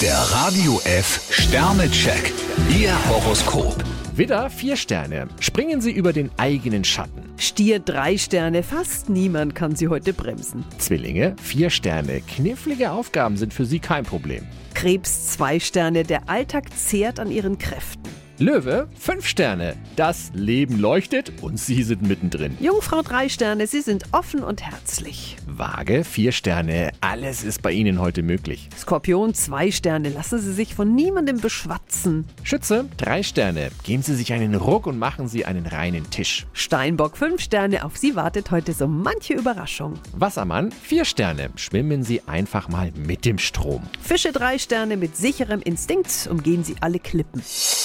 Der Radio F Sternecheck. Ihr Horoskop. Widder, vier Sterne. Springen Sie über den eigenen Schatten. Stier drei Sterne, fast niemand kann sie heute bremsen. Zwillinge, vier Sterne. Knifflige Aufgaben sind für Sie kein Problem. Krebs zwei Sterne, der Alltag zehrt an ihren Kräften. Löwe, fünf Sterne. Das Leben leuchtet und Sie sind mittendrin. Jungfrau drei Sterne, sie sind offen und herzlich. Waage, vier Sterne. Alles ist bei Ihnen heute möglich. Skorpion zwei Sterne, lassen sie sich von niemandem beschwatzen. Schütze, drei Sterne. Geben Sie sich einen Ruck und machen Sie einen reinen Tisch. Steinbock fünf Sterne, auf sie wartet heute so manche Überraschung. Wassermann, vier Sterne. Schwimmen Sie einfach mal mit dem Strom. Fische drei Sterne, mit sicherem Instinkt umgehen sie alle Klippen.